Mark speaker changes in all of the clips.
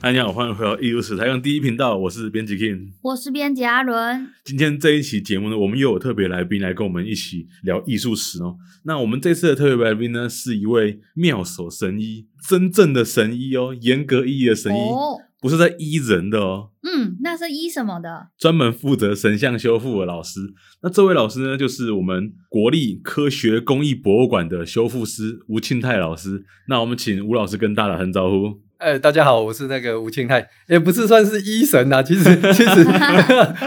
Speaker 1: 大家好，欢迎回到《一如史台港》第一频道，我是编辑 King。
Speaker 2: 我是编辑阿伦，
Speaker 1: 今天这一期节目呢，我们又有特别来宾来跟我们一起聊艺术史哦。那我们这次的特别来宾呢，是一位妙手神医，真正的神医哦，严格意义的神医，
Speaker 2: 哦，
Speaker 1: 不是在医人的哦，
Speaker 2: 嗯，那是医什么的？
Speaker 1: 专门负责神像修复的老师。那这位老师呢，就是我们国立科学工艺博物馆的修复师吴庆泰老师。那我们请吴老师跟大家打声招呼。
Speaker 3: 哎，大家好，我是那个吴庆泰，也不是算是医神呐、其实其 实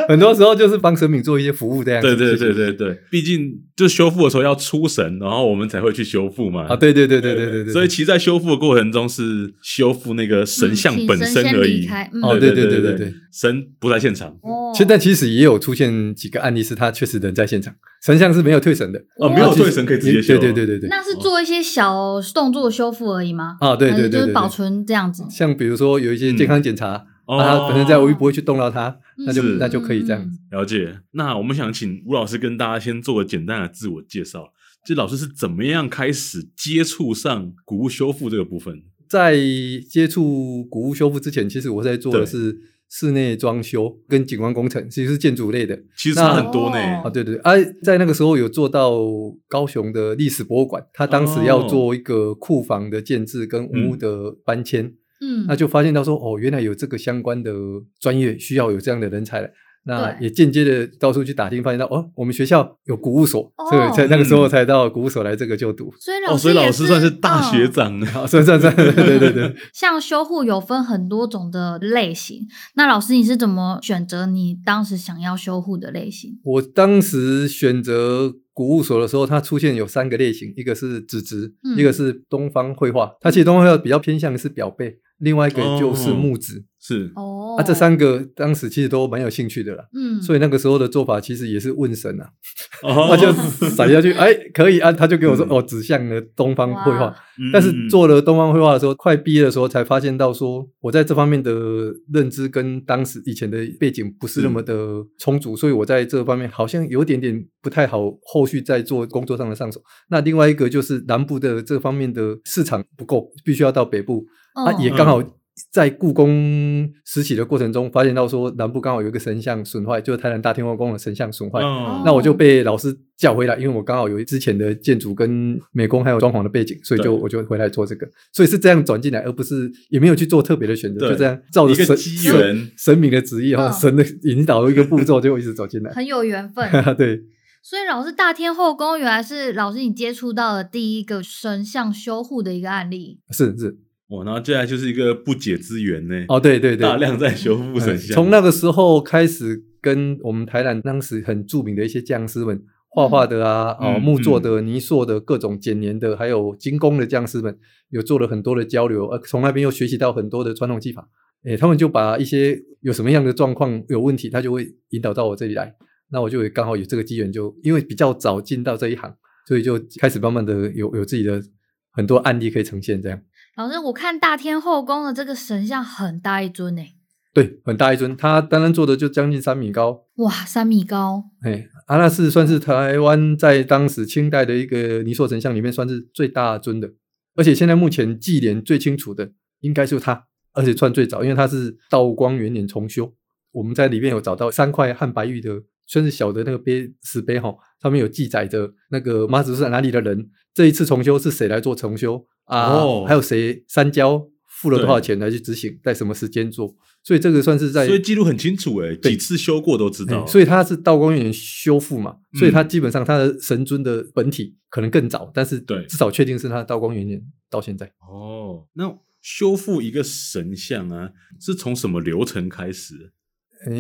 Speaker 3: 很多时候就是帮神明做一些服务这样子。
Speaker 1: 对对对
Speaker 3: 谢谢
Speaker 1: 对对，毕竟就修复的时候要出神，然后我们才会去修复嘛。
Speaker 3: 啊，对对对对对对对，
Speaker 1: 所以其实在修复的过程中是修复那个神像
Speaker 2: 嗯请
Speaker 1: 本身而
Speaker 2: 先
Speaker 1: 已
Speaker 2: 离。开，嗯，
Speaker 3: 哦
Speaker 1: 对
Speaker 3: 对
Speaker 1: 对
Speaker 3: 对
Speaker 1: 对
Speaker 3: 对，
Speaker 1: 神不在现场
Speaker 2: 哦
Speaker 3: 现在其实也有出现几个案例，是他确实人在现场，神像是没有退神的，啊
Speaker 1: 哦，
Speaker 2: 哦
Speaker 1: 没有退神可以直接修。啊
Speaker 3: 对对对对对，
Speaker 2: 那是做一些小动作修复而已吗？
Speaker 3: 哦啊对对
Speaker 2: 还
Speaker 3: 对
Speaker 2: 是就
Speaker 3: 对
Speaker 2: 是
Speaker 3: 对哦
Speaker 2: 保存这样子。
Speaker 3: 像比如说有一些健康检查，
Speaker 1: 哦，
Speaker 3: 啊，他本身在我也不会去动到他，
Speaker 2: 嗯
Speaker 3: 那就是那就可以这样子。
Speaker 1: 了解。那我们想请吴老师跟大家先做个简单的自我介绍，就老师是怎么样开始接触上古物修复这个部分？
Speaker 3: 在接触古物修复之前，其实我在做
Speaker 1: 对
Speaker 3: 的是室内装修跟景观工程，其实是建筑类的。
Speaker 1: 其实差很多呢。
Speaker 3: 啊，
Speaker 2: 哦
Speaker 3: 对对，对啊，在那个时候有做到高雄的历史博物馆，他当时
Speaker 2: 哦
Speaker 3: 要做一个库房的建制跟文物的搬迁，
Speaker 2: 嗯，
Speaker 3: 那就发现到说，哦，原来有这个相关的专业需要有这样的人才来。那
Speaker 2: 对
Speaker 3: 也间接的到处去打听，发现到哦，我们学校有古物所，
Speaker 2: 哦
Speaker 3: 所以才那个时
Speaker 1: 嗯
Speaker 3: 候才到古物所来这个就读。啊
Speaker 2: 所以老师、
Speaker 1: 哦，所以老师算是大学
Speaker 2: 嗯
Speaker 1: 长。啊
Speaker 3: 好，算算算，对对对对，
Speaker 2: 像修护有分很多种的类型，那老师你是怎么选择你当时想要修护的类型？
Speaker 3: 我当时选择古物所的时候，它出现有三个类型，一个是纸质，
Speaker 2: 嗯
Speaker 3: 一个是东方绘画，它其实东方绘画比较偏向是表背，另外一个
Speaker 1: 哦
Speaker 3: 就是木质。
Speaker 1: 是
Speaker 2: 哦，
Speaker 3: 啊，这三个当时其实都蛮有兴趣的啦。
Speaker 2: 嗯，
Speaker 3: 所
Speaker 2: 以
Speaker 3: 以那个时候的做法其实也是问神啊，
Speaker 1: 哦
Speaker 3: 他就 甩下去，哎，可以啊，他就给我说，
Speaker 1: 嗯
Speaker 3: 哦，指向了东方绘画
Speaker 2: 哇。
Speaker 1: 嗯
Speaker 3: 但是做了东方绘画的时候，快毕业的时候才发现到说，我在这方面的认知跟当时以前的背景不是那
Speaker 1: 嗯
Speaker 3: 么的充足，所以我在这方面好像有点点不太好，后续在做工作上的上手。那另外一个就是南部的这方面的市场不够，必须要到北部，
Speaker 2: 哦
Speaker 3: 啊，
Speaker 2: 嗯
Speaker 3: 也刚
Speaker 1: 嗯
Speaker 3: 好在故宫实习的过程中，发现到说南部刚好有一个神像损坏，就是台南大天后宫的神像损坏。
Speaker 1: 嗯
Speaker 3: 那我就被老师叫回来，因为我刚好有之前的建筑跟美工还有装潢的背景，所以就
Speaker 1: 对
Speaker 3: 我就回来做这个，所以是这样转进来，而不是也没有去做特别的选
Speaker 1: 对
Speaker 3: 择，就这样照着
Speaker 1: 一个
Speaker 3: 神
Speaker 1: 机
Speaker 3: 神
Speaker 1: 缘
Speaker 3: 神明的旨意哈，
Speaker 2: 嗯
Speaker 3: 神的引导的一个步骤，就一直走进来。
Speaker 2: 很有缘分。
Speaker 3: 对，
Speaker 2: 所以老师大天后宫原来是老师你接触到的第一个神像修护的一个案例。
Speaker 3: 是是，
Speaker 1: 哇，哦然后接下来就是一个不解之缘呢。
Speaker 3: 哦，对对对，
Speaker 1: 大量在修复神像，
Speaker 3: 哎从那个时候开始，跟我们台南当时很著名的一些匠师们，画画的啊，
Speaker 1: 嗯
Speaker 3: 哦，
Speaker 1: 嗯
Speaker 3: 木做的、泥塑的、各种剪黏的，还有精工的匠师们，有做了很多的交流，呃，从那边又学习到很多的传统技法。诶，他们就把一些有什么样的状况有问题，他就会引导到我这里来。那我就也刚好有这个机缘，就因为比较早进到这一行，所以就开始慢慢的有有自己的很多案例可以呈现，这样。
Speaker 2: 老师，我看大天后宫的这个神像很大一尊诶、欸
Speaker 3: 对，很大一尊，他单单做的就将近三米高，
Speaker 2: 哇，三米高，
Speaker 3: 哎，阿那是算是台湾在当时清代的一个泥塑神像里面算是最大尊的，而且现在目前纪年最清楚的应该就是它，而且算最早，因为它是道光元年重修。我们在里面有找到三块汉白玉的，算是小的那个碑石碑哈，上面有记载着那个马子是哪里的人，这一次重修是谁来做重修啊？
Speaker 1: 哦
Speaker 3: 还有谁三交付了多少钱来去执行，在什么时间做？所以这个算是在
Speaker 1: 所以记录很清楚哎，
Speaker 3: 对
Speaker 1: 几次修过都知道。
Speaker 3: 哎所
Speaker 1: 以
Speaker 3: 以它是道光元年修复嘛，所以它
Speaker 1: 嗯
Speaker 3: 基本上它的神尊的本体可能更早，但是
Speaker 1: 对
Speaker 3: 至少确定是它的道光元年到现在。
Speaker 1: 哦，那修复一个神像啊，是从什么流程开始？
Speaker 3: 嗯，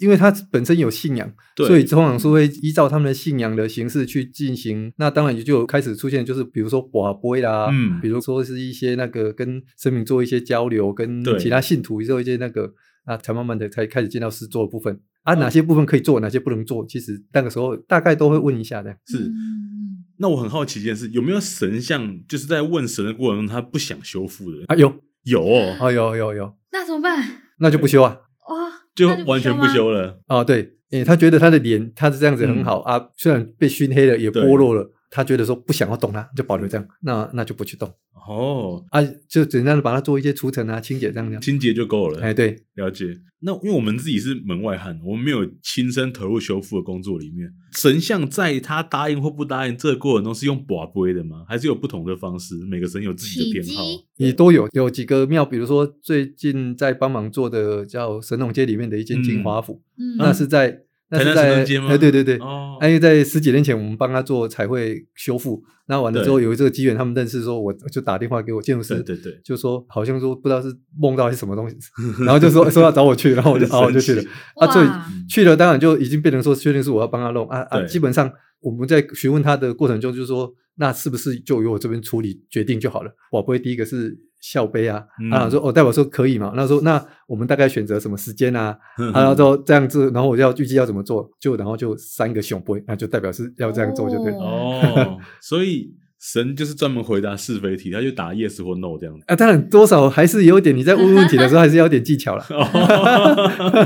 Speaker 3: 因为它本身有信仰，
Speaker 1: 对
Speaker 3: 所以通常是会依照他们的信仰的形式去进行。那当然也就有开始出现，就是比如说瓦杯啦，
Speaker 1: 嗯
Speaker 3: 比如说是一些那个跟神明做一些交流，跟
Speaker 1: 对
Speaker 3: 其他信徒做一些那个啊，才慢慢的才开始进到诗作的部分
Speaker 1: 嗯
Speaker 3: 啊，哪些部分可以做，哪些不能做，其实那个时候大概都会问一下的。
Speaker 1: 是
Speaker 2: 嗯
Speaker 1: 那我很好奇一件事，有没有神像就是在问神的过程中他不想修复的？
Speaker 3: 啊，有，
Speaker 1: 有哦，
Speaker 3: 啊，有有有，
Speaker 2: 那怎么办？
Speaker 3: 那就不修啊。
Speaker 2: 哇，
Speaker 1: 就
Speaker 2: 那
Speaker 1: 完全不
Speaker 2: 吗
Speaker 1: 修。了。
Speaker 3: 啊哦，对，诶，他觉得他的脸他是这样子很好、啊，虽然被熏黑了，也
Speaker 1: 嗯对
Speaker 3: 剥落了，他觉得说不想要动它，就保留这样，那那就不去动
Speaker 1: 哦，
Speaker 3: 啊，就简单的把它做一些除尘啊、清洁这样这样。
Speaker 1: 清洁就够了。
Speaker 3: 哎，对，
Speaker 1: 了解。那因为我们自己是门外汉，我们没有亲身投入修复的工作里面。神像在他答应或不答应这个过程中是用卜龟的吗？还是有不同的方式？每个神有自己的
Speaker 2: 体
Speaker 1: 偏好。嗯
Speaker 2: 积
Speaker 3: 也都有有几个庙，比如说最近在帮忙做的叫神农街里面的一间金华府，
Speaker 2: 嗯，
Speaker 3: 那是在那
Speaker 1: 台
Speaker 3: 是
Speaker 1: 南
Speaker 3: 在
Speaker 1: 神农街吗
Speaker 3: 哎，对对对，
Speaker 1: 哦，
Speaker 3: 哎，因为在十几年前我们帮他做彩绘修复，那完了之后有这个机缘，他们认识说，我就打电话给我建筑
Speaker 1: 对
Speaker 3: 师，
Speaker 1: 对 对，
Speaker 3: 就说好像说不知道是梦到还是什么东西， 然后就说说要找我去，然后我就
Speaker 1: 很
Speaker 3: 啊我就去
Speaker 1: 神
Speaker 3: 了
Speaker 1: 奇
Speaker 3: 啊，
Speaker 2: 哇
Speaker 3: 所以去了当然就已经变成说确定是我要帮他弄啊啊，
Speaker 1: 对
Speaker 3: 基本上我们在询问他的过程中就是说，那是不是就由我这边处理决定就好了？我不会第一个是校碑啊，
Speaker 1: 嗯
Speaker 3: 啊然后说哦代表说可以嘛，那说那我们大概选择什么时间啊，
Speaker 1: 嗯
Speaker 3: 啊，然 后之后这样子，然后我就要预计要怎么做，就然后就三个熊杯，那就代表是要这样做就对了。
Speaker 2: 哦
Speaker 1: 哦，所以神就是专门回答是非题，他就打 yes 或 no 这样子。
Speaker 3: 啊，当然多少还是有点，你在问问题的时候还是要点技巧了。
Speaker 1: 哦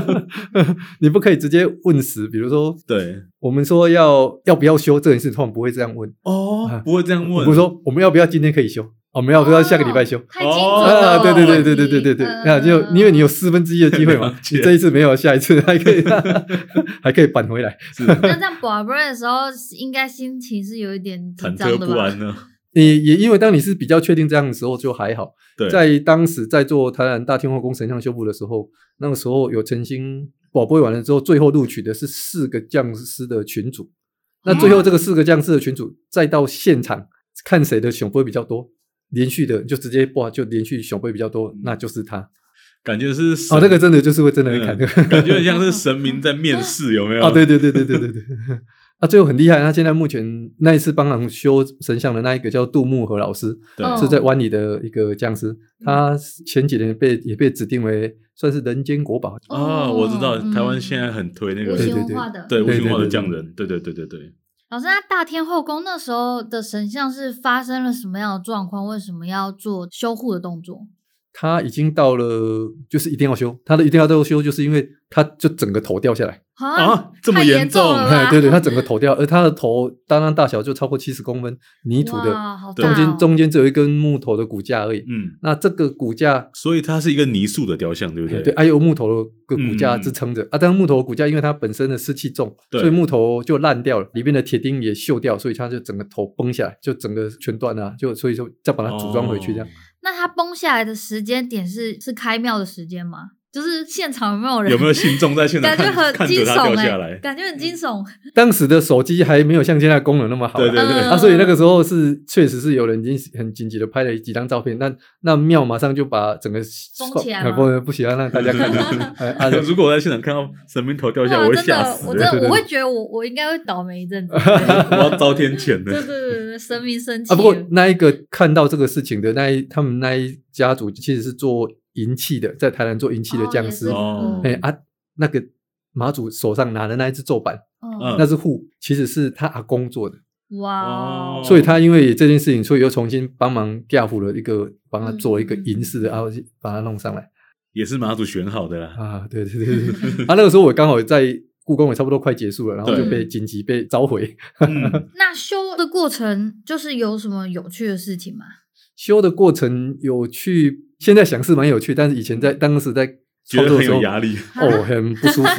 Speaker 3: 你不可以直接问死，比如说
Speaker 1: 对，
Speaker 3: 我们说要要不要修这件事，通常不会这样问，
Speaker 1: 哦，不会这样
Speaker 3: 啊我
Speaker 1: 问。
Speaker 3: 们说我们要不要今天可以修，哦我们要不要下个礼拜修？
Speaker 2: 太精准
Speaker 1: 哦
Speaker 2: 了
Speaker 3: 啊，对对对对对对对对，
Speaker 2: 嗯
Speaker 1: 啊
Speaker 3: 那就因为你有四分之一的机会嘛
Speaker 1: 了，解
Speaker 3: 你这一次没有，下一次还可以 还可以扳回来。
Speaker 1: 是
Speaker 2: 那这样宝贝的时候，应该心情是有一点紧
Speaker 1: 忐
Speaker 2: 张
Speaker 1: 忑
Speaker 2: 的
Speaker 1: 不
Speaker 2: 吧？
Speaker 1: 安呢。
Speaker 3: 也也因为当你是比较确定这样的时候就还好，
Speaker 1: 对，
Speaker 3: 在当时在做台南大天后宫神像修复的时候，那个时候有曾经宝贝完了之后，最后录取的是四个匠师的群组。那最后这个四个匠师的群组，再到现场看谁的熊杯比较多，连续的就直接哇，就连续熊杯比较多，
Speaker 1: 嗯
Speaker 3: 那就是他。
Speaker 1: 感觉是神
Speaker 3: 哦，那个真的就是会真的会看
Speaker 1: 嗯
Speaker 3: 这个。
Speaker 1: 感觉很像是神明在面试，有没有？
Speaker 3: 啊，对对对对对对对。啊，最后很厉害，他现在目前那一次帮忙修神像的那一个叫杜牧和老师，
Speaker 1: 对
Speaker 2: 嗯
Speaker 3: 是在湾里的一个匠师，他前几年被也被指定为算是人间国宝。
Speaker 1: 啊，我知道
Speaker 2: 嗯
Speaker 1: 台湾现在很推那个
Speaker 2: 无
Speaker 3: 对
Speaker 2: 形
Speaker 3: 对
Speaker 2: 文化的，
Speaker 1: 对无
Speaker 3: 对
Speaker 1: 形化的
Speaker 3: 对
Speaker 1: 匠人，对对对对对。
Speaker 2: 老师，那大天后宫那时候的神像是发生了什么样的状况？为什么要做修护的动作？
Speaker 3: 他已经到了，就是一定要修，他的一定要都修，就是因为他就整个头掉下来，
Speaker 1: 啊这么
Speaker 2: 太
Speaker 1: 严
Speaker 2: 严重
Speaker 1: 重
Speaker 2: 了吧
Speaker 3: 哎， 对对，他整个头掉，而他的头当然大小就超过七十公分，泥土的，
Speaker 2: 哇好大
Speaker 3: 中
Speaker 2: 哦
Speaker 3: 间中间只有一根木头的骨架而已。
Speaker 1: 嗯，
Speaker 3: 那这个骨架
Speaker 1: 所以它是一个泥塑的雕像，对不对？
Speaker 3: 对，哎还有木头的个骨架
Speaker 1: 嗯嗯
Speaker 3: 支撑着、啊。但是木头的骨架因为它本身的湿气重，
Speaker 1: 对
Speaker 3: 所以木头就烂掉了，里面的铁钉也锈掉，所以它就整个头崩下来，就整个全断了啊、就所以说再把它组装回去这样。
Speaker 1: 哦
Speaker 2: 那它崩下来的时间点是是开庙的时间吗？就是现场有没有人？
Speaker 1: 有没有信众在现场
Speaker 2: 感觉
Speaker 1: 看
Speaker 2: 很
Speaker 1: 看
Speaker 2: 惊
Speaker 1: 着它掉
Speaker 2: 悚
Speaker 1: 下
Speaker 2: 哎、
Speaker 1: 来？
Speaker 2: 感觉很
Speaker 3: 嗯
Speaker 2: 惊悚。
Speaker 3: 当时的手机还没有像现在功能那么好啊、
Speaker 1: 对对对，
Speaker 2: 嗯
Speaker 3: 啊，所以那个时候是确实是有人已经很紧急的拍了几张照片，那那庙马上就把整个
Speaker 2: 封起来吗
Speaker 3: 呃不不喜欢让大家 看到，哎 啊，
Speaker 1: 如果我在现场看到神明头掉下来，
Speaker 2: 哇
Speaker 1: 会
Speaker 2: 呃啊真
Speaker 1: 吓
Speaker 2: 的，
Speaker 1: 死
Speaker 2: 我真
Speaker 1: 的，
Speaker 3: 欸对
Speaker 2: 的
Speaker 3: 对
Speaker 2: 我
Speaker 3: 对
Speaker 2: 会觉得我我应该会倒霉一 阵子。
Speaker 1: 我要遭天谴
Speaker 2: 对
Speaker 1: 的。
Speaker 2: 对对对，神明生气
Speaker 3: 啊，
Speaker 2: 了。
Speaker 3: 不过那一个看到这个事情的那一他们那一家族其实是做银器的，在台南做银器的匠师，
Speaker 1: 哦
Speaker 3: 哎、
Speaker 2: 嗯
Speaker 3: 啊，那个马祖手上拿的那一只咒板，
Speaker 1: 嗯
Speaker 3: 那只护其实是他阿公做的，
Speaker 2: 哦哇哦，
Speaker 3: 所以他因为这件事情，所以又重新帮忙盖虎了一个，帮他做了一个
Speaker 2: 嗯嗯嗯
Speaker 3: 银饰的，然后把它弄上来
Speaker 1: 也是马祖选好的啦。
Speaker 3: 啊，对对对对，对啊，那个时候我刚好在。故宫也差不多快结束了，然后
Speaker 1: 对
Speaker 3: 就被紧急被召回。
Speaker 1: 嗯，
Speaker 2: 那修的过程就是有什么有趣的事情吗？
Speaker 3: 修的过程有趣，现在想是蛮有趣，但是以前在当时在
Speaker 1: 觉
Speaker 3: 操
Speaker 1: 得很
Speaker 3: 作的时
Speaker 1: 有
Speaker 3: 候，
Speaker 1: 压力。
Speaker 3: 哦，很不舒服，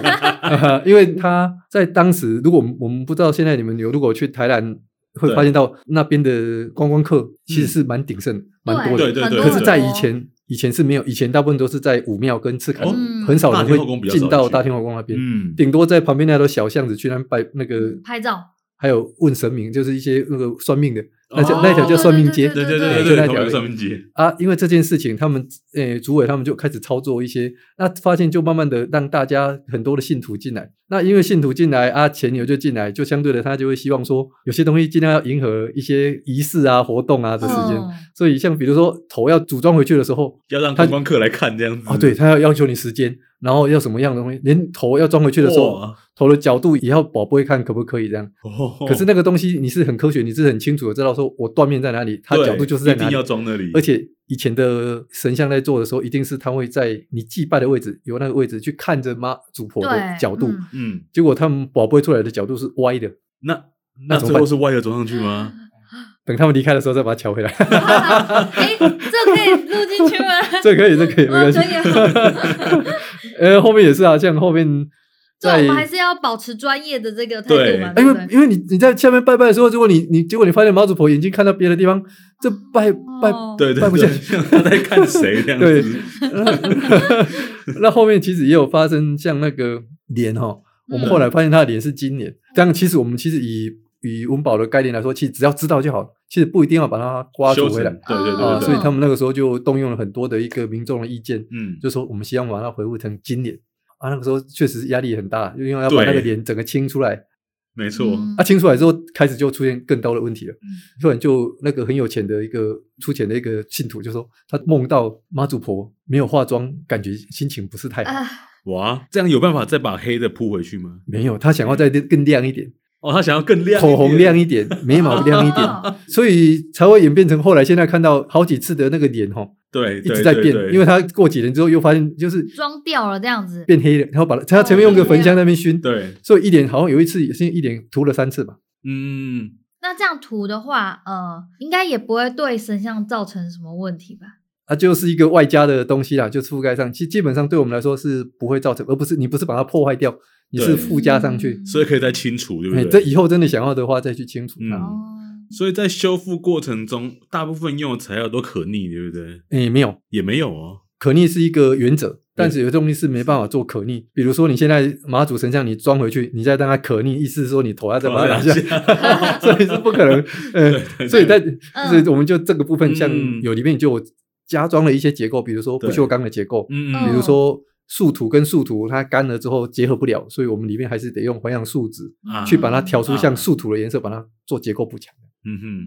Speaker 3: 因为他在当时，如果我们我们不知道现在你们有如果去台南，会
Speaker 1: 对
Speaker 3: 发现到那边的观光客其实是蛮鼎盛、蛮多
Speaker 1: 对
Speaker 3: 的。
Speaker 1: 对
Speaker 2: 啊很
Speaker 1: 对
Speaker 2: 多
Speaker 3: 可是，在
Speaker 2: 很
Speaker 3: 以
Speaker 2: 多
Speaker 3: 前，以前是没有，以前大部分都是在武庙跟赤坎，
Speaker 1: 哦
Speaker 2: 嗯
Speaker 3: 很少
Speaker 1: 大
Speaker 3: 人
Speaker 1: 天后宫比
Speaker 3: 会
Speaker 1: 较少人
Speaker 3: 进到
Speaker 1: 去
Speaker 3: 大天后宫那边，
Speaker 1: 嗯，
Speaker 3: 顶多在旁边那条小巷子去那边拜那个，
Speaker 2: 拍照，
Speaker 3: 还有问神明，就是一些那个算命的，那
Speaker 1: 哦
Speaker 3: 条那条叫算命街。
Speaker 1: 对对对
Speaker 2: 对
Speaker 1: 对
Speaker 3: 就
Speaker 1: 对，
Speaker 3: 那条
Speaker 1: 同一个
Speaker 3: 而已
Speaker 1: 算命节。
Speaker 3: 啊，因为这件事情，他们呃组委他们就开始操作一些，那发现就慢慢的让大家很多的信徒进来。那因为信徒进来啊，钱流就进来，就相对的他就会希望说，有些东西尽量要迎合一些仪式啊、活动啊的时间。
Speaker 2: 嗯
Speaker 3: 所以像比如说头要组装回去的时候，
Speaker 1: 要让
Speaker 3: 他
Speaker 1: 观光客来看这样子
Speaker 3: 啊，对，他要要求你时间，然后要什么样的东西，连头要装回去的时候，
Speaker 1: 哇
Speaker 3: 头的角度也要宝贝看可不可以这样。
Speaker 1: 哦
Speaker 3: 可是那个东西你是很科学，你是很清楚的知道说我断面在哪里，它
Speaker 1: 对
Speaker 3: 角度就是在
Speaker 1: 一
Speaker 3: 哪
Speaker 1: 定
Speaker 3: 里
Speaker 1: 要。装那里，
Speaker 3: 而且以前的神像在做的时候，一定是他会在你祭拜的位置，由那个位置去看着妈祖婆的
Speaker 2: 对
Speaker 3: 角度。
Speaker 2: 嗯
Speaker 1: 嗯，
Speaker 3: 结果他们宝贝出来的角度是歪的，
Speaker 1: 那那
Speaker 3: 怎么
Speaker 1: 最
Speaker 3: 办
Speaker 1: 后是歪着走上去吗？
Speaker 3: 等他们离开的时候再把它调回来。
Speaker 2: 哎，这可以录进去吗？
Speaker 3: 这可以，这可以，没
Speaker 2: 哦
Speaker 3: 关系
Speaker 2: 可。以哦，
Speaker 3: 呃，后面也是啊，像后面
Speaker 2: 这我
Speaker 3: 在
Speaker 2: 们还是要保持专业的这个态度嘛，
Speaker 3: 因
Speaker 2: 不
Speaker 3: 为
Speaker 2: 对？
Speaker 3: 因为你你在下面拜拜的时候，如果你你结果你发现毛主婆眼睛看到别的地方，这拜拜，
Speaker 2: 哦
Speaker 1: 对对
Speaker 3: 拜不下
Speaker 1: 对，
Speaker 3: 去
Speaker 1: 像 他在看谁这样
Speaker 3: 对
Speaker 1: 子。
Speaker 3: 那后面其实也有发生像那个脸哦哈，
Speaker 2: 嗯
Speaker 3: 我们后来发现他的脸是金脸，这样其实我们其实以以文保的概念来说，其实只要知道就好了，其实不一定要把它刮除
Speaker 1: 修
Speaker 3: 回
Speaker 1: 整，
Speaker 3: 来
Speaker 1: 对对
Speaker 3: 啊、
Speaker 1: 对对
Speaker 3: 所以
Speaker 1: 对，
Speaker 3: 他们那个时候就动用了很多的一个民众的意见，
Speaker 1: 嗯，
Speaker 3: 就说我们希望把它恢复成金脸。啊，那个时候确实压力很大，因为要把那
Speaker 1: 对
Speaker 3: 个脸整个清出来，
Speaker 1: 没错，
Speaker 2: 嗯
Speaker 3: 啊，清出来之后，开始就出现更多的问题了。突然就那个很有钱的一个出钱的一个信徒，就说他梦到妈祖婆没有化妆，感觉心情不是太好。
Speaker 2: 啊，
Speaker 1: 哇，这样有办法再把黑的铺回去吗？
Speaker 3: 没有，他想要再更亮一点，
Speaker 1: 哦，他想要更亮一点，
Speaker 3: 口红亮一点， 眉毛亮一点，
Speaker 2: 哦
Speaker 3: 所以才会演变成后来现在看到好几次的那个脸哈，
Speaker 1: 对，
Speaker 3: 一
Speaker 1: 对
Speaker 3: 直在变，因为
Speaker 1: 他
Speaker 3: 他过几年之后又发现就是
Speaker 2: 妆掉了这样子，
Speaker 3: 变黑了，然后把它他前面用个焚香在那边熏，
Speaker 1: 对，
Speaker 3: 所以一脸好像有一次也是一脸涂了三次吧，
Speaker 1: 嗯，
Speaker 2: 那这样涂的话，呃，应该也不会对神像造成什么问题吧？
Speaker 3: 它啊就是一个外加的东西啦，就覆盖上，其基本上对我们来说是不会造成，而不是你不是把它破坏掉，你
Speaker 1: 对
Speaker 3: 是附加上去
Speaker 2: 嗯。
Speaker 1: 所以可以再清除，对
Speaker 3: 哎，
Speaker 1: 不
Speaker 3: 这
Speaker 1: 对？
Speaker 3: 以后真的想要的话再去清楚它。
Speaker 1: 嗯
Speaker 2: 哦，
Speaker 1: 所以在修复过程中，大部分用的材料都可逆，对不对？
Speaker 3: 哎、没有
Speaker 1: 也没有哦，
Speaker 3: 可逆是一个原则，但是有些东西是没办法做可逆。比如说你现在马祖神像你装回去，你再让它可逆，意思是说你头要再把
Speaker 1: 哦
Speaker 3: 它拿下， 所以是不可能。呃，所以在
Speaker 2: 嗯
Speaker 3: 所以我们就这个部分，像
Speaker 1: 嗯
Speaker 3: 有里面就有加装了一些结构，比如说不
Speaker 1: 对
Speaker 3: 锈钢的结构，
Speaker 1: 嗯
Speaker 2: 嗯
Speaker 3: 比
Speaker 1: 嗯，
Speaker 3: 如说树土跟树土，它干了之后结合不了，所以我们里面还是得用环氧树脂
Speaker 2: 嗯
Speaker 1: 啊
Speaker 3: 去把它调出
Speaker 1: 啊
Speaker 3: 像树土的颜色，把它做结构补强。
Speaker 1: 嗯哼，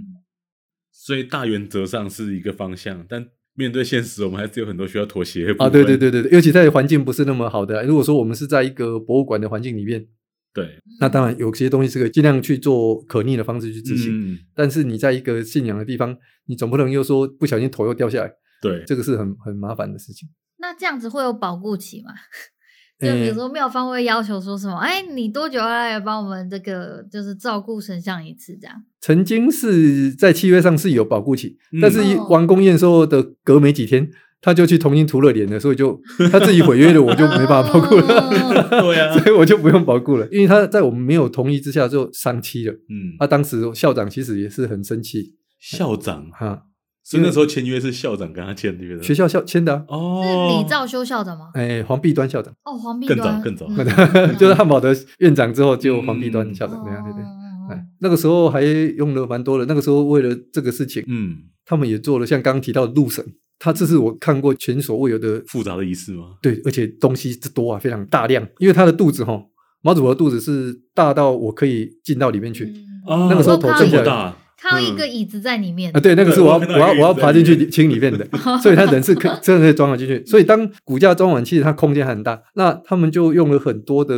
Speaker 1: 所以大原则上是一个方向，但面对现实，我们还是有很多需要妥协的部分
Speaker 3: 啊，对对对对对，尤其在环境不是那么好的，如果说我们是在一个博物馆的环境里面，
Speaker 1: 对，
Speaker 2: 嗯
Speaker 3: 那当然有些东西是可以尽量去做可逆的方式去执行。
Speaker 1: 嗯，
Speaker 3: 但是你在一个信仰的地方，你总不能又说不小心头又掉
Speaker 1: 嗯
Speaker 3: 下来，
Speaker 1: 对，
Speaker 3: 这个是很很麻烦的事情。
Speaker 2: 那这样子会有保固期 吗？
Speaker 3: 哎
Speaker 2: 就比如说庙方会要求说什么？哎，你多久要来帮我们这个就是照顾神像一次这样？
Speaker 3: 曾经是在契约上是有保护期，
Speaker 1: 嗯
Speaker 3: 但是一
Speaker 2: 哦
Speaker 3: 完工验收的隔没几天，他就去重新涂了脸了，所以就他自己毁约了，我就没办法保护
Speaker 1: 嗯
Speaker 3: 了，
Speaker 2: 哦
Speaker 1: 对 啊，
Speaker 3: 所以我就不用保护了，因为他在我们没有同意之下就上漆了。
Speaker 1: 嗯
Speaker 3: 他，当时校长其实也是很生气
Speaker 1: 校长，
Speaker 3: 哈，
Speaker 1: 所以那时候签约是校长跟他签约的，
Speaker 3: 学校校签的、啊，
Speaker 1: 哦，
Speaker 2: 是李兆修校长吗？
Speaker 3: 哎，黄碧端校长，
Speaker 2: 哦，黄碧
Speaker 1: 更早
Speaker 2: 端
Speaker 1: 更早
Speaker 2: 嗯
Speaker 3: 就是汉堡的院长之后就黄碧
Speaker 1: 嗯
Speaker 3: 端校长，对啊对对。
Speaker 2: 哦
Speaker 3: 哎，那个时候还用了蛮多的，那个时候为了这个事情，
Speaker 1: 嗯，
Speaker 3: 他们也做了像刚刚提到的路神，他这是我看过前所未有的
Speaker 1: 复杂的仪式吗？
Speaker 3: 对，而且东西之多啊，非常大量。因为他的肚子哈，毛主席的肚子是大到我可以进到里面去、
Speaker 2: 嗯
Speaker 1: 啊
Speaker 3: 那个时候头
Speaker 1: 这
Speaker 3: 伸起
Speaker 1: 么
Speaker 3: 来
Speaker 1: 大，
Speaker 2: 看到一个
Speaker 1: 嗯
Speaker 2: 椅子在里面
Speaker 3: 啊，对，那个
Speaker 1: 对
Speaker 3: 是我要
Speaker 1: 我看到
Speaker 3: 我要
Speaker 1: 一
Speaker 3: 我
Speaker 1: 个
Speaker 3: 要
Speaker 1: 椅子
Speaker 3: 爬
Speaker 1: 在
Speaker 3: 进
Speaker 1: 里
Speaker 3: 去清里面的，所以他人是可以真的可以装了进去。所以当骨架装完，其实它空间很大。那他们就用了很多的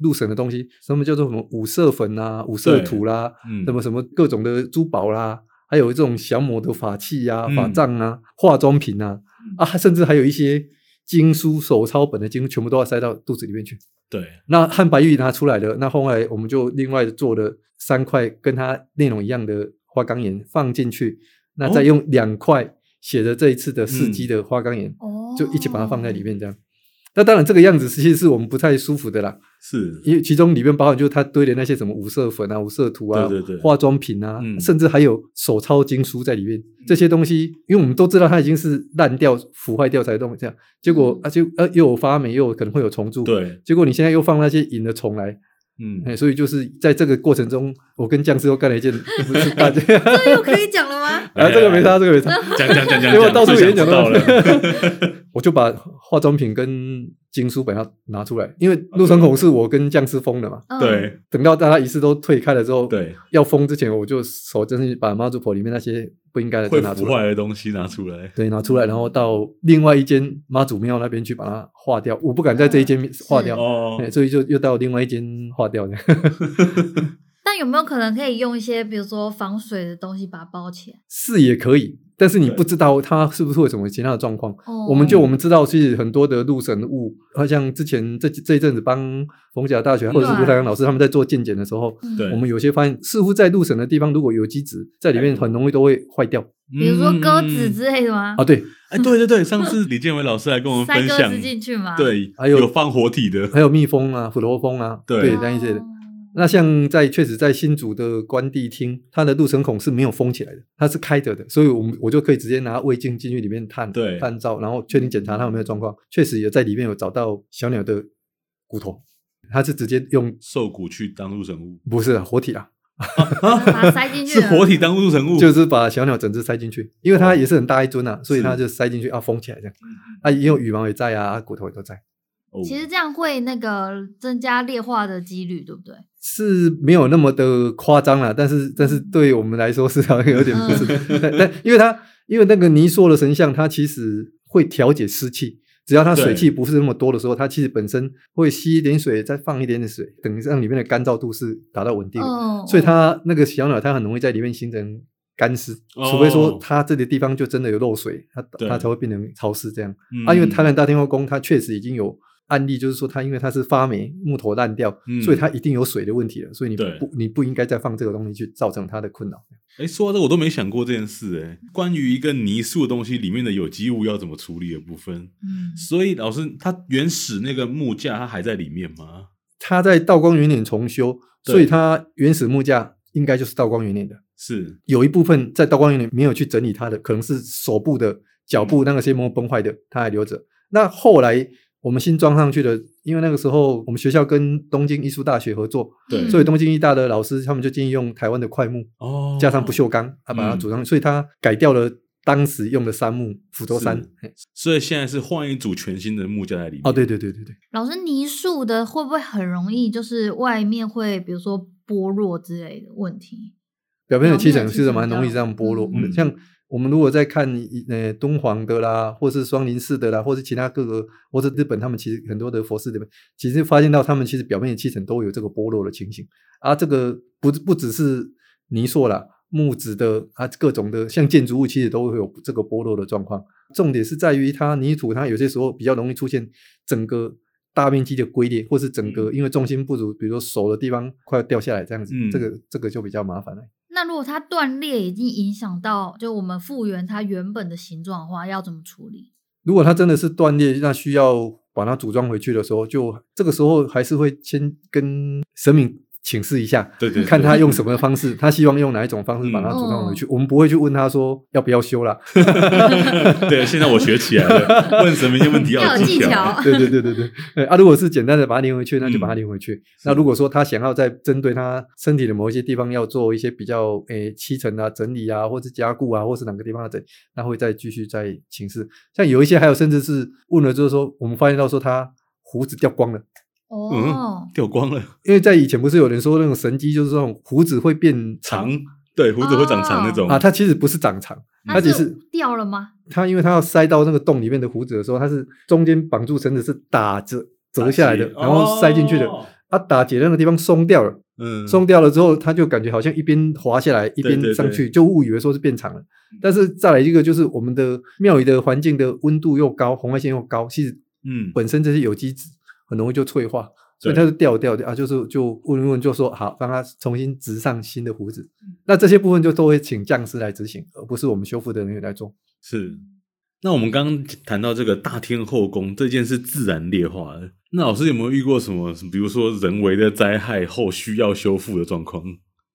Speaker 3: 入神的东西，什么叫做什么五色粉啊、五色
Speaker 1: 对
Speaker 3: 土啦、
Speaker 1: 嗯
Speaker 3: 什么什么各种的珠宝啦，还有这种降魔的法器呀、
Speaker 1: 嗯
Speaker 3: 法杖啊、化妆品啊，啊，甚至还有一些经书、手抄本的经，全部都要塞到肚子里面去。
Speaker 1: 对，
Speaker 3: 那汉白玉拿出来了，那后来我们就另外做了三块跟它内容一样的花岗岩放进去，那再用两块写着这一次的事迹的花岗岩，
Speaker 2: 哦，
Speaker 3: 就一起把它放在里面这样。那当然，这个样子其实是我们不太舒服的啦，
Speaker 1: 是，
Speaker 3: 因为其中里面包含就是他堆的那些什么五色粉啊、五色图啊、
Speaker 1: 对对对
Speaker 3: 化妆品啊，
Speaker 1: 嗯
Speaker 3: 甚至还有手抄经书在里面。这些东西，因为我们都知道它已经是烂掉、腐坏掉才弄这样，结
Speaker 1: 嗯
Speaker 3: 果啊就呃又有发霉，又有可能会有虫蛀，
Speaker 1: 对，
Speaker 3: 结果你现在又放那些引的虫来，
Speaker 1: 嗯，
Speaker 3: 哎，所以就是在这个过程中，我跟匠师又干了一件 不是大 件，
Speaker 2: 这哎又可以讲了吗？
Speaker 1: 来
Speaker 3: 啊，这个没差，这个没差，
Speaker 1: 哎讲讲讲讲，
Speaker 3: 结果到处
Speaker 1: 最想
Speaker 3: 演讲
Speaker 1: 知道
Speaker 3: 都没
Speaker 1: 了，
Speaker 3: 我就把化妆品跟经书本要拿出来，因为陆成孔是我跟匠师封的嘛。
Speaker 2: 嗯，
Speaker 1: 对
Speaker 3: 等到大家仪式都退开了之后，，
Speaker 1: 对，
Speaker 3: 要封之前，我就手真是把妈祖婆里面那些不应该的都
Speaker 1: 会
Speaker 3: 拿
Speaker 1: 腐
Speaker 3: 出来，
Speaker 1: 坏的东西拿出来，
Speaker 3: 对，拿出来，然后到另外一间妈祖庙那边去把它化掉。我不敢在这一间化掉，
Speaker 1: 哦，
Speaker 3: 哎所以就又到另外一间化掉的。
Speaker 2: 但有没有可能可以用一些，比如说防水的东西把它包起来？
Speaker 3: 是也可以，但是你
Speaker 1: 对
Speaker 3: 不知道它是不是会有什么其他的状况。
Speaker 2: 哦
Speaker 3: 我们就我们知道，其实很多的入神物，好像之前这这一阵子帮逢甲大学或者是
Speaker 2: 对
Speaker 3: 卢太阳老师他们在做健检的时候，
Speaker 2: 嗯
Speaker 1: 对
Speaker 3: 我们有些发现，似乎在入神的地方，如果有机质在里面，很容易都会坏掉
Speaker 2: 比如说鸽子
Speaker 1: 嗯
Speaker 2: 之类的吗？
Speaker 3: 啊。对，
Speaker 1: 哎，对对对，上 次李建伟老师来
Speaker 3: 嗯
Speaker 1: 跟我们
Speaker 2: 塞
Speaker 1: 分
Speaker 2: 鸽
Speaker 1: 享，
Speaker 2: 子进去吗？
Speaker 1: 对，
Speaker 3: 啊还有
Speaker 1: 有放活体的，
Speaker 3: 还有蜜蜂啊、虎头蜂啊，
Speaker 1: 对
Speaker 3: 对那一些
Speaker 2: 哦
Speaker 3: 的。那像在确实在新竹的关帝厅，它的入神孔是没有封起来的，它是开着的，所以我们我就可以直接拿胃镜进去里面探
Speaker 1: 对
Speaker 3: 探照，然后确定检查它有没有状况。确实也在里面有找到小鸟的骨头，它是直接用
Speaker 1: 兽骨去当入神物，
Speaker 3: 不是啊活体啊，
Speaker 2: 哦把它塞进去
Speaker 1: 是
Speaker 2: 了
Speaker 1: 活体当入神物，
Speaker 3: 就是把小鸟整只塞进去，因为它也是很大一尊啊，所以它就塞进去啊封起来这样，啊也有羽毛也在啊，啊骨头也都在。
Speaker 1: 哦
Speaker 2: 其实这样会那个增加劣化的几率，对不对？
Speaker 3: 是没有那么的夸张啦，但是但是对我们来说是好像有点不是，但但因为它因为那个泥塑的神像，它其实会调节湿气，只要它水气不是那么多的时候，它其实本身会吸一点水，再放一点点水，等于让里面的干燥度是达到稳定的，
Speaker 2: 嗯，
Speaker 3: 所以它那个小鸟它很容易在里面形成干湿，
Speaker 1: 哦
Speaker 3: 除非说它这个地方就真的有漏水，它
Speaker 1: 对
Speaker 3: 它才会变成潮湿这样。
Speaker 1: 嗯
Speaker 3: 啊，因为台南大天后宫它确实已经有案例，就是说它因为它是发霉，木头烂掉，
Speaker 1: 嗯
Speaker 3: 所以它一定有水的问题了，所以你
Speaker 1: 对
Speaker 3: 不你不应该再放这个东西去造成它的困扰。
Speaker 1: 哎，说到这个我都没想过这件事哎，关于一个泥塑的东西里面的有机物要怎么处理的部分，
Speaker 2: 嗯，
Speaker 1: 所以老师他原始那个木架它还在里面吗？
Speaker 3: 它在道光元年重修，
Speaker 1: 对
Speaker 3: 所以它原始木架应该就是道光元年的，
Speaker 1: 是
Speaker 3: 有一部分在道光元年没有去整理它的，可能是手部的、脚
Speaker 1: 嗯
Speaker 3: 部那个些膜崩坏的，它还留着。那后来我们新装上去的，因为那个时候我们学校跟东京艺术大学合作，
Speaker 1: 对
Speaker 3: 所以东京艺大的老师他们就建议用台湾的块木，
Speaker 1: 哦，
Speaker 3: 加上不，锈钢，他把它组装，所以它改掉了当时用的杉木斧头杉
Speaker 1: 是。
Speaker 3: 嘿
Speaker 1: 所以现在是换一组全新的木架在里面。
Speaker 3: 哦，对对对对对，
Speaker 2: 老师泥塑的会不会很容易就是外面会比如说剥落之类的问题？
Speaker 3: 表面的气
Speaker 2: 表面
Speaker 3: 层
Speaker 2: 的
Speaker 3: 其实
Speaker 2: 气
Speaker 3: 蛮
Speaker 2: 层
Speaker 3: 容易
Speaker 2: 比
Speaker 3: 这
Speaker 2: 较
Speaker 3: 样剥落。
Speaker 1: 嗯
Speaker 3: 像我们如果在看呃敦煌的啦，或是双林寺的啦，或是其他各个，或者日本他们其实很多的佛寺里面，其实发现到他们其实表面的气层都有这个剥落的情形。啊，这个不不只是泥塑啦，木质的啊，各种的像建筑物其实都会有这个剥落的状况。重点是在于它泥土，它有些时候比较容易出现整个大面积的龟裂，或是整个因为重心不足，比如说手的地方快要掉下来这样子，
Speaker 1: 嗯
Speaker 3: 这个这个就比较麻烦了。
Speaker 2: 那如果它断裂已经影响到，就我们复原它原本的形状的话，要怎么处理？
Speaker 3: 如果它真的是断裂，那需要把它组装回去的时候，就这个时候还是会先跟神明请示一下，
Speaker 1: 对对，对
Speaker 3: 看他用什么方式，他希望用哪一种方式把它组装回去。
Speaker 2: 嗯
Speaker 3: 我们不会去问他说要不要修啦。
Speaker 1: 对，现在我学起来 了，问神明些问题
Speaker 2: 要
Speaker 1: 有
Speaker 2: 有技
Speaker 1: 巧。
Speaker 2: 巧。
Speaker 3: 对对对对对，对啊，如果是简单的把它连回去，那就把它
Speaker 1: 嗯
Speaker 3: 连回去。那如果说他想要在针对他身体的某一些地方要做一些比较诶漆层啊、整理啊，或是加固啊，或是哪个地方的整理，那会再继续再请示。像有一些还有甚至是问了，就是说我们发现到说他胡子掉光了。
Speaker 2: 哦，
Speaker 1: 掉光了，
Speaker 3: 因为在以前不是有人说那种神机就是这种胡子会变
Speaker 1: 长对胡子会长
Speaker 2: 哦
Speaker 1: 长那种
Speaker 3: 啊，它其实不是长长，
Speaker 2: 那
Speaker 3: 它只
Speaker 2: 是
Speaker 3: 是
Speaker 2: 掉了吗？
Speaker 3: 它因为它要塞到那个洞里面的胡子的时候，它是中间绑住绳子是打折折下来的，然后塞进去的。
Speaker 1: 哦
Speaker 3: 啊，打结那个地方松掉了，
Speaker 1: 嗯，
Speaker 3: 松掉了之后，它就感觉好像一边滑下来一边
Speaker 1: 对对嗯
Speaker 3: 上去，就误以为说是变长了。但是再来一个就是我们的庙宇的环境的温度又高，红外线又高，其实
Speaker 1: 嗯，
Speaker 3: 本身这些有机质很容易就脆化，所
Speaker 1: 对
Speaker 3: 以它就掉掉掉啊，就是就问一问就说好，让它重新植上新的胡子。
Speaker 1: 嗯
Speaker 3: 那这些部分就都会请匠师来执行，而不是我们修复的人员来做。
Speaker 1: 是。那我们刚刚谈到这个大天后宫这件事自然劣化的，那老师有没有遇过什么，比如说人为的灾害后需要修复的状况？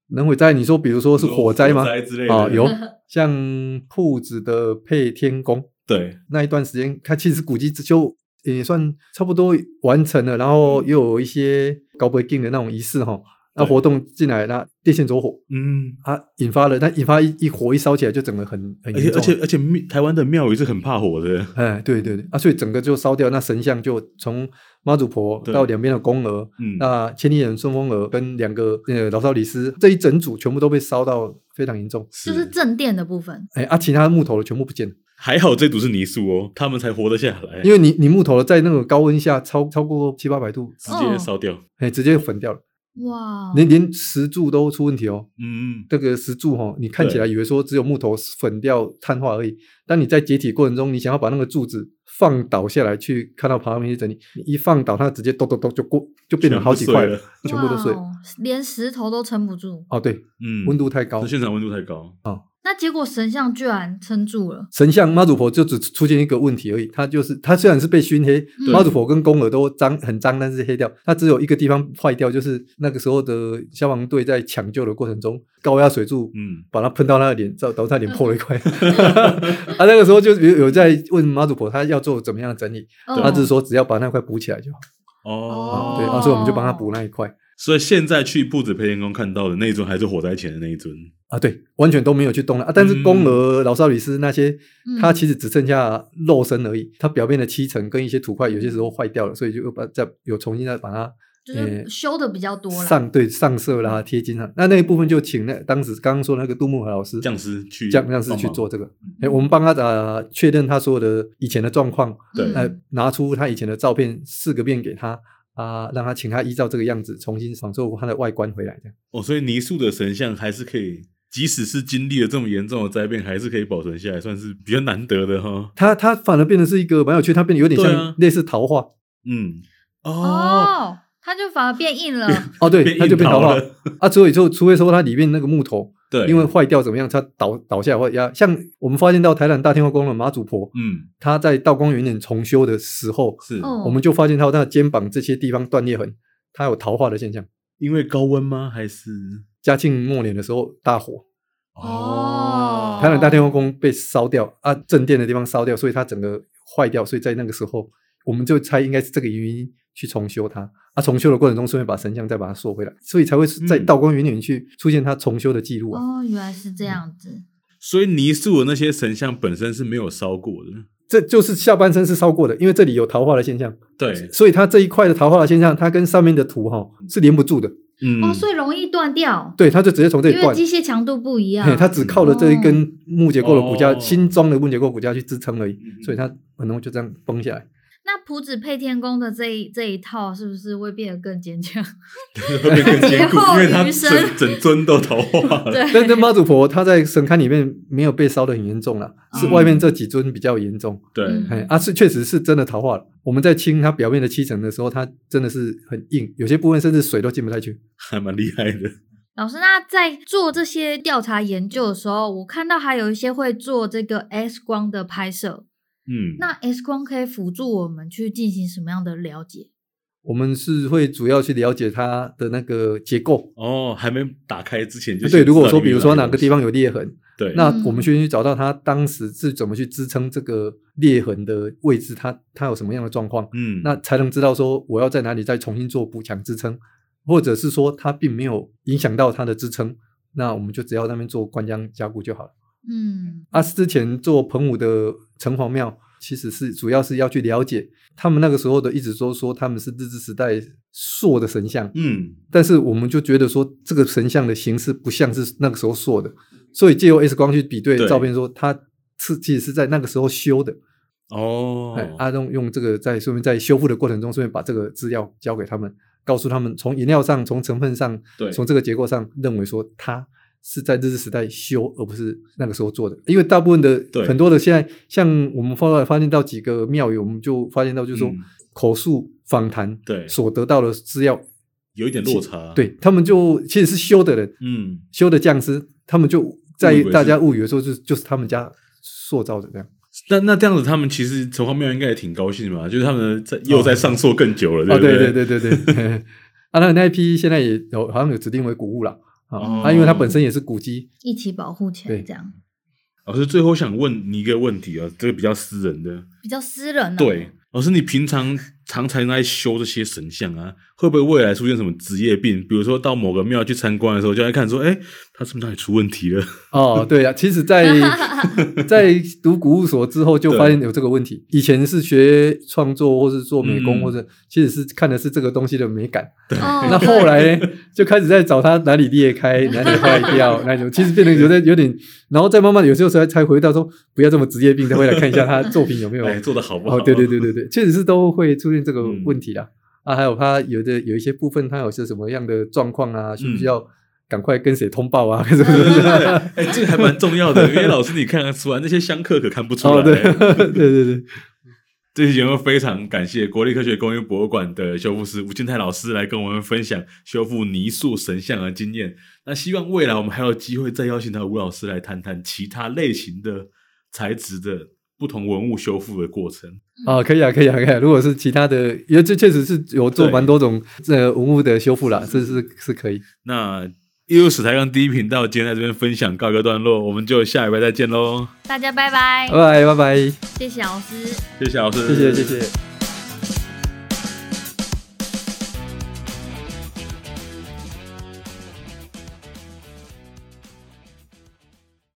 Speaker 3: 能会灾，你说比如说是火灾吗
Speaker 1: 火？灾之类的
Speaker 3: 啊、 有像铺子的配天宫
Speaker 1: 对，
Speaker 3: 那一段时间，它其实古迹之修也算差不多完成了，然后又有一些搞不定的那种仪式哈，那
Speaker 1: 嗯对
Speaker 3: 活动进来，那电线走火，
Speaker 1: 嗯，
Speaker 3: 它引发了，它引发一一火一烧起来，就整个很很
Speaker 1: 而
Speaker 3: 严
Speaker 1: 且
Speaker 3: 重
Speaker 1: 而。且而且庙，台湾的庙宇是很怕火的，
Speaker 3: 哎，对对对，啊，所以整个就烧掉，那神像就从妈祖婆
Speaker 1: 对
Speaker 3: 到两边的宫娥，
Speaker 1: 嗯，
Speaker 3: 那千里眼、顺风耳跟两个呃老少李斯这一整组全部都被烧到非常严重。
Speaker 2: 就是正殿的部分。
Speaker 3: 哎啊，其他木头的全部不见了，
Speaker 1: 还好这组是泥塑哦，他们才活得下来，
Speaker 3: 因
Speaker 1: 为
Speaker 3: 为你你木头的在那个高温下超超过七八百度，
Speaker 2: 哦
Speaker 1: 直接烧掉，
Speaker 3: 哎，直接粉掉了。
Speaker 2: 哇，哦
Speaker 3: 连连石柱都出问题哦。
Speaker 1: 嗯嗯，
Speaker 3: 这个石柱哈、你看起来以为说只有木头粉掉碳化而已，但你在解体过程中，你想要把那个柱子放倒下来去看到旁边一整理，你一放倒它直接咚咚咚就过就变成好几块
Speaker 1: 全部碎，
Speaker 3: 全部都碎。
Speaker 2: 哇哦，连石头都撑不住。
Speaker 3: 哦，对，
Speaker 1: 嗯，
Speaker 3: 温度太高
Speaker 1: 那，现场温度太高，
Speaker 2: 那结果神像居然撑住了，
Speaker 3: 神像妈祖婆就只出现一个问题而已，它就是它虽然是被熏黑，
Speaker 2: 对
Speaker 3: 妈祖婆跟宫娥都脏很脏，但是黑掉，它只有一个地方坏掉，就是那个时候的消防队在抢救的过程中，高压水柱
Speaker 1: 嗯，
Speaker 3: 把它喷到他的脸，造导致他脸破了一块。 啊，那个时候就有有在问妈祖婆，她要做怎么样的整理，
Speaker 1: 对
Speaker 2: 嗯
Speaker 3: 她
Speaker 2: 哦
Speaker 3: 只是说只要把那块补起来就好。
Speaker 1: 哦，
Speaker 3: 对，啊，所以我们就帮她补那一块。
Speaker 1: 所以现在去步子培天宫看到的那一尊还是火灾前的那一尊，
Speaker 3: 啊，对，完全都没有去动了啊！但
Speaker 1: 嗯
Speaker 3: 是宫娥、老少里斯那些，它
Speaker 2: 嗯
Speaker 3: 其实只剩下肉身而已，它表面的七层跟一些土块有些时候坏掉了，所以就又把再有重新再把它
Speaker 2: 就是
Speaker 3: 呃
Speaker 2: 修的比较多啦。
Speaker 3: 上对上色啦、贴金啦。那那一部分就请那当时刚刚说那个杜牧和老师
Speaker 1: 匠师去
Speaker 3: 这样这样是
Speaker 1: 帮
Speaker 3: 去
Speaker 1: 忙
Speaker 3: 做，这个。哎、我们帮他呃确认他所有的以前的状况，
Speaker 1: 对
Speaker 2: 嗯
Speaker 3: 呃，拿出他以前的照片四个遍给他啊、让他请他依照这个样子重新仿做他的外观回来。这样
Speaker 1: 哦，所以泥塑的神像还是可以，即使是经历了这么严重的灾变，还是可以保存下来，算是比较难得的哈。
Speaker 3: 他他反而变得是一个蛮有趣，他变得有点
Speaker 1: 对啊
Speaker 3: 像类似桃花
Speaker 1: 嗯，哦，
Speaker 2: 哦，它就反而变硬了。
Speaker 3: 哦，对，他就变
Speaker 1: 硬
Speaker 3: 桃
Speaker 1: 陶
Speaker 3: 花
Speaker 1: 了，
Speaker 3: 啊。所以就除非说它里面那个木头
Speaker 1: 对，
Speaker 3: 因为坏掉怎么样，它倒倒下来或压，像我们发现到台南大天后宫的妈祖婆，
Speaker 1: 嗯
Speaker 3: 她在道光元年重修的时候，
Speaker 1: 是
Speaker 2: 哦
Speaker 3: 我们就发现到她的肩膀这些地方断裂痕，它有桃花的现象。
Speaker 1: 因为高温吗？还是
Speaker 3: 嘉庆末年的时候大火，
Speaker 2: 哦
Speaker 3: 台南大天后宫被烧掉啊，正殿的地方烧掉，所以它整个坏掉，所以在那个时候，我们就猜应该是这个原因去重修它。啊，重修的过程中，顺便把神像再把它缩回来，所以才会在
Speaker 1: 嗯
Speaker 3: 道光元年去出现它重修的记录啊。
Speaker 2: 哦，原来是这样子。
Speaker 1: 所以泥塑的那些神像本身是没有烧过的，
Speaker 3: 这就是下半身是烧过的，因为这里有桃花的现象，
Speaker 1: 对，
Speaker 3: 所以它这一块的桃花的现象，它跟上面的土哈、是连不住的，
Speaker 1: 嗯，
Speaker 2: 哦， 所以容易断掉，
Speaker 3: 对，它就直接从这
Speaker 2: 因
Speaker 3: 里
Speaker 2: 为
Speaker 3: 断。
Speaker 2: 机械强度不一样
Speaker 3: 嘿，。它只靠了这一根木结构的骨架，
Speaker 1: 啊哦
Speaker 3: 新装的木结构骨架去支撑而已，
Speaker 1: 嗯
Speaker 3: 所以它很容易就这样崩下来。
Speaker 2: 那普子配天宫的这一这一套是不是会变得更坚 强？
Speaker 1: 会变更坚固
Speaker 2: 劫，后
Speaker 1: 因为它
Speaker 2: 余生
Speaker 1: 整整尊都桃花了。
Speaker 2: 对，
Speaker 3: 但是妈祖婆她在神龛里面没有被烧得很严重啦，是
Speaker 1: 嗯
Speaker 3: 外面这几尊比较严重。
Speaker 1: 对，
Speaker 2: 嗯
Speaker 3: 哎、啊，是确实是真的桃花了。我们在清它表面的七层的时候，它真的是很硬，有些部分甚至水都进不太去。
Speaker 1: 还蛮厉害的。
Speaker 2: 老师，那在做这些调查研究的时候，我看到还有一些会做这个 X 光的拍摄，
Speaker 1: 嗯，
Speaker 2: 那 X 光可以辅助我们去进行什么样的了解？
Speaker 3: 我们是会主要去了解它的那个结构。
Speaker 1: 哦，还没打开之前就
Speaker 3: 对，
Speaker 1: 先
Speaker 3: 如果
Speaker 1: 知道
Speaker 3: 说
Speaker 1: 里面
Speaker 3: 比如
Speaker 1: 有
Speaker 3: 说
Speaker 1: 哪
Speaker 3: 哪个地
Speaker 1: 东
Speaker 3: 方有裂痕，
Speaker 1: 西，对，
Speaker 3: 那
Speaker 2: 嗯
Speaker 3: 我们先去找到它当时是怎么去支撑这个裂痕的位置，它它有什么样的状况，
Speaker 1: 嗯，
Speaker 3: 那才能知道说我要在哪里再重新做补强支撑，或者是说它并没有影响到它的支撑，那我们就只要在那边做灌浆加固就好了。
Speaker 2: 嗯，
Speaker 3: 啊，之前做澎湖的城隍庙，其实是主要是要去了解他们那个时候的，一直都说他们是日治时代塑的神像，
Speaker 1: 嗯
Speaker 3: 但是我们就觉得说这个神像的形式不像是那个时候塑的，所以借由 X 光去比对
Speaker 1: 对
Speaker 3: 照片说，它是其实是在那个时候修的。
Speaker 1: 哦
Speaker 3: 哎，阿东用这个在顺便在修复的过程中，顺便把这个资料交给他们，告诉他们从颜料上、从成分上、
Speaker 1: 对
Speaker 3: 从这个结构上认为说它是在日治时代修，而不是那个时候做的。因为大部分的
Speaker 1: 对
Speaker 3: 很多的现在，像我们后来发现到几个庙宇，我们就发现到就是说、
Speaker 1: 嗯
Speaker 3: 口述访谈
Speaker 1: 对
Speaker 3: 所得到的资料，
Speaker 1: 有一点落差，，
Speaker 3: 对他们就其实是修的人，
Speaker 1: 嗯，
Speaker 3: 修的匠师，他们就
Speaker 1: 误
Speaker 3: 在
Speaker 1: 以为
Speaker 3: 大
Speaker 1: 是
Speaker 3: 家误以为说就是就是他们家塑造的这样。
Speaker 1: 那那这样子，他们其实城隍庙应该也挺高兴的吧？就是他们在又在上溯更久了，
Speaker 3: 哦，
Speaker 1: 不
Speaker 3: 对
Speaker 1: 对
Speaker 3: 对对对对， 啊，那那一批现在也有好像有指定为古物了啊、
Speaker 1: 哦
Speaker 3: 啊，因为它本身也是古迹，
Speaker 2: 一起保护起来，
Speaker 3: 对
Speaker 2: 这样
Speaker 1: 老哦师，最后想问你一个问题啊，这个比较私人的。
Speaker 2: 比较私人、啊。
Speaker 1: 对，，老师，你平常常常在修这些神像啊，会不会未来出现什么职业病？比如说到某个庙去参观的时候，就在看说，哎，他是不是哪里出问题了？
Speaker 3: 哦，对啊，其实在在读古物所之后，就发现有这个问题。以前是学创作，或是做美
Speaker 1: 嗯
Speaker 3: 工，或者其实是看的是这个东西的美感。
Speaker 2: 哦、
Speaker 3: 那后来呢，就开始在找它哪里裂开，哪里坏掉，那种其实变得有点有点，然后再慢慢地有时候才才回到说，不要这么职业病，再回来看一下他作品有没有。
Speaker 1: 哎，做的好不好？嗯
Speaker 3: 哦，对对对对对，确实是都会出现这个问题啦。啊，还有他有的有一些部分，他有些什么样的状况啊，需不
Speaker 1: 嗯
Speaker 3: 需要赶快跟谁通报啊？是不
Speaker 1: 对对
Speaker 3: 是？
Speaker 1: 对，哎，这个还蛮重要的，因为老师你看得出来，那些香客可看 不出来。
Speaker 3: 哦，对， 对对对，
Speaker 1: 这期节目非常感谢国立科学工艺博物馆的修复师吴建泰老师来跟我们分享修复泥塑神像的经验。那希望未来我们还有机会再邀请到吴老师来谈谈其他类型的材质的不同文物修复的过程。
Speaker 3: 啊，可以啊，可以啊，可以啊。如果是其他的，因为这确实是有做
Speaker 1: 对
Speaker 3: 蛮多种呃文物的修复啦，这是是可以。
Speaker 1: 那艺术史台杠第一频道今天在这边分享告一个段落，我们就下礼拜再见喽。
Speaker 2: 大家拜拜
Speaker 3: 拜，拜拜拜，
Speaker 2: 谢谢老师。
Speaker 1: 谢谢老师，
Speaker 3: 谢谢谢谢。